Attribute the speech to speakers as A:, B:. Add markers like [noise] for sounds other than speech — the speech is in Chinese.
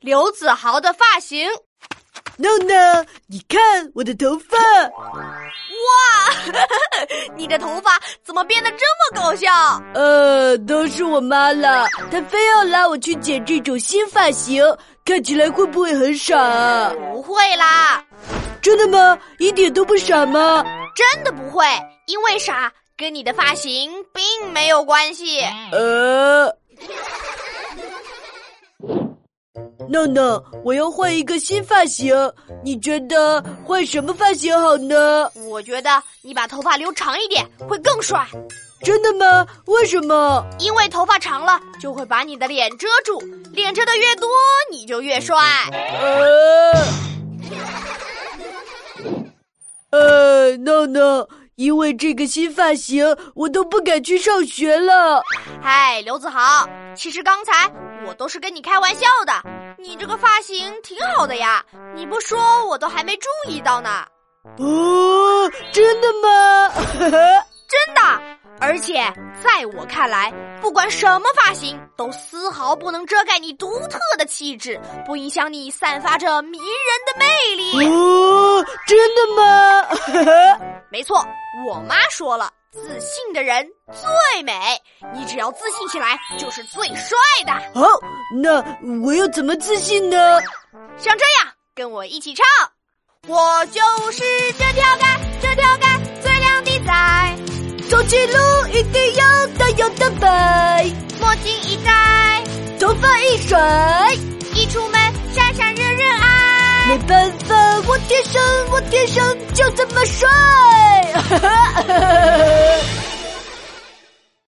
A: 刘子豪的发型。
B: No no，你看我的头发，
A: 你的头发怎么变得这么搞笑？
B: 呃，都是我妈啦，她非要拉我去剪这种新发型，看起来会不会很傻啊？
A: 不会啦，
B: 真的吗？一点都不傻吗？
A: 真的不会，因为啥跟你的发型并没有关系。
B: 呃。闹闹，我要换一个新发型，你觉得换什么发型好呢？
A: 我觉得你把头发留长一点会更帅，
B: 真的吗？为什么？
A: 因为头发长了就会把你的脸遮住，脸遮的越多，你就越帅。
B: 呃，呃，闹闹，因为这个新发型，我都不敢去上学了。
A: 嗨，刘子豪，其实刚才我都是跟你开玩笑的，你这个发型挺好的呀，你不说我都还没注意到呢。
B: 哦，真的吗？ [laughs]
A: 真的。而且在我看来，不管什么发型，都丝毫不能遮盖你独特的气质，不影响你散发着迷人的魅力。
B: 哦，真的吗？
A: 没错，我妈说了，自信的人最美。你只要自信起来，就是最帅的。
B: 好，那我要怎么自信呢？
A: 像这样，跟我一起唱：我就是这条街，这条街最靓的仔。
B: 走起路一定要大摇大摆，
A: 墨镜一戴，
B: 头发一甩。
A: 一出门闪闪惹人爱。
B: 没办法， [laughs] 我天生我天生就这么帅。